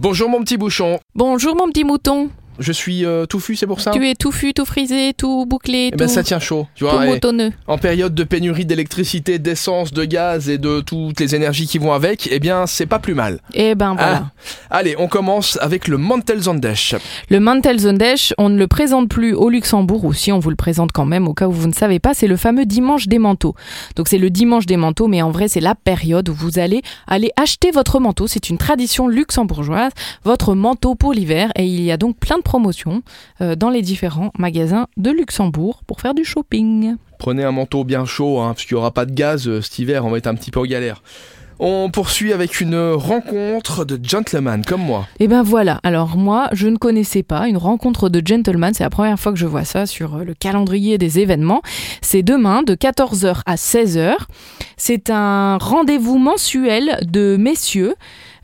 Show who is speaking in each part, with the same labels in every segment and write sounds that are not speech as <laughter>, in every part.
Speaker 1: Bonjour mon petit bouchon,
Speaker 2: Bonjour mon petit mouton.
Speaker 1: je suis euh, touffu, c'est pour ça
Speaker 2: Tu es touffu, tout frisé, tout bouclé,
Speaker 1: Eh
Speaker 2: tout,
Speaker 1: ben ça tient chaud, tu
Speaker 2: tout
Speaker 1: vois. et
Speaker 2: moutonneux.
Speaker 1: en période de pénurie d'électricité, d'essence, de gaz et de toutes les énergies qui vont avec, eh bien c'est pas plus mal.
Speaker 2: Eh ben
Speaker 1: Ah.
Speaker 2: voilà.
Speaker 1: Allez, on commence avec le Mantelzandesh.
Speaker 2: Le Mantelzondesh, on ne le présente plus au Luxembourg, ou si on vous le présente quand même, au cas où vous ne savez pas, c'est le fameux dimanche des manteaux. Donc c'est le dimanche des manteaux, mais en vrai c'est la période où vous allez aller acheter votre manteau. C'est une tradition luxembourgeoise, votre manteau pour l'hiver, et il y a donc plein de promotions euh, dans les différents magasins de Luxembourg pour faire du shopping.
Speaker 1: Prenez un manteau bien chaud, hein, parce qu'il n'y aura pas de gaz euh, cet hiver, on va être un petit peu en galère. On poursuit avec une rencontre de gentlemen comme moi.
Speaker 2: Et ben voilà, alors moi je ne connaissais pas une rencontre de gentlemen, c'est la première fois que je vois ça sur euh, le calendrier des événements. C'est demain de 14h à 16h. C'est un rendez-vous mensuel de messieurs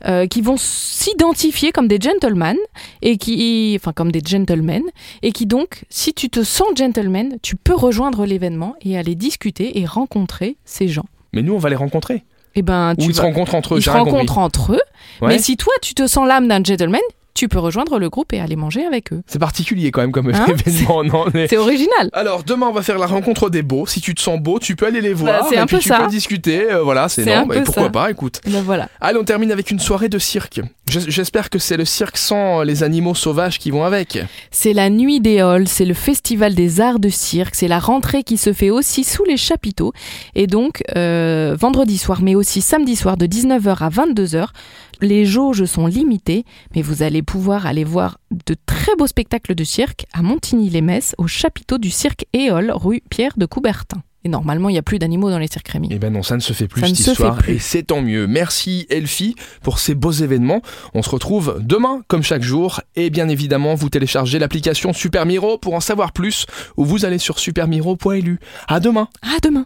Speaker 2: euh, qui vont s'identifier comme des gentlemen et qui enfin comme des gentlemen et qui donc si tu te sens gentleman, tu peux rejoindre l'événement et aller discuter et rencontrer ces gens.
Speaker 1: Mais nous on va les rencontrer.
Speaker 2: Et ben
Speaker 1: Ou
Speaker 2: tu
Speaker 1: ils se
Speaker 2: vas-
Speaker 1: rencontrent entre eux,
Speaker 2: ils se
Speaker 1: j'ai rien compris.
Speaker 2: rencontrent entre eux
Speaker 1: Ouais.
Speaker 2: mais si toi, tu te sens l'âme d'un gentleman, tu peux rejoindre le groupe et aller manger avec eux.
Speaker 1: C'est particulier quand même comme
Speaker 2: Hein
Speaker 1: <laughs> événement, non mais-
Speaker 2: C'est original.
Speaker 1: Alors demain on va faire la rencontre des beaux. Si tu te sens beau, tu peux aller les voir.
Speaker 2: Bah, c'est
Speaker 1: et
Speaker 2: un
Speaker 1: puis
Speaker 2: peu
Speaker 1: tu
Speaker 2: ça.
Speaker 1: peux discuter. euh, voilà, c'est
Speaker 2: C'est
Speaker 1: non,
Speaker 2: un
Speaker 1: bah,
Speaker 2: peu
Speaker 1: pourquoi
Speaker 2: ça.
Speaker 1: pas Écoute.
Speaker 2: <laughs> Ben voilà.
Speaker 1: Allez, on termine avec une soirée de cirque. J'es- J'espère que c'est le cirque sans euh, les animaux sauvages qui vont avec.
Speaker 2: C'est la Nuit des Halles, c'est le festival des arts de cirque, c'est la rentrée qui se fait aussi sous les chapiteaux. Et donc, euh, vendredi soir, mais aussi samedi soir de 19h à 22h, les jauges sont limitées, mais vous allez pouvoir aller voir de très beaux spectacles de cirque à Montigny-les-Messes, au chapiteau du cirque Éole, rue Pierre de Coubertin. Et normalement, il n'y a plus d'animaux dans les cirques Rémi.
Speaker 1: Eh ben non, ça ne se fait plus
Speaker 2: Ça
Speaker 1: cette
Speaker 2: ne se fait
Speaker 1: histoire.
Speaker 2: plus.
Speaker 1: Et c'est tant mieux. Merci Elfie pour ces beaux événements. On se retrouve demain comme chaque jour. Et bien évidemment, vous téléchargez l'application Super Miro pour en savoir plus ou vous allez sur supermiro.lu. À demain.
Speaker 2: À demain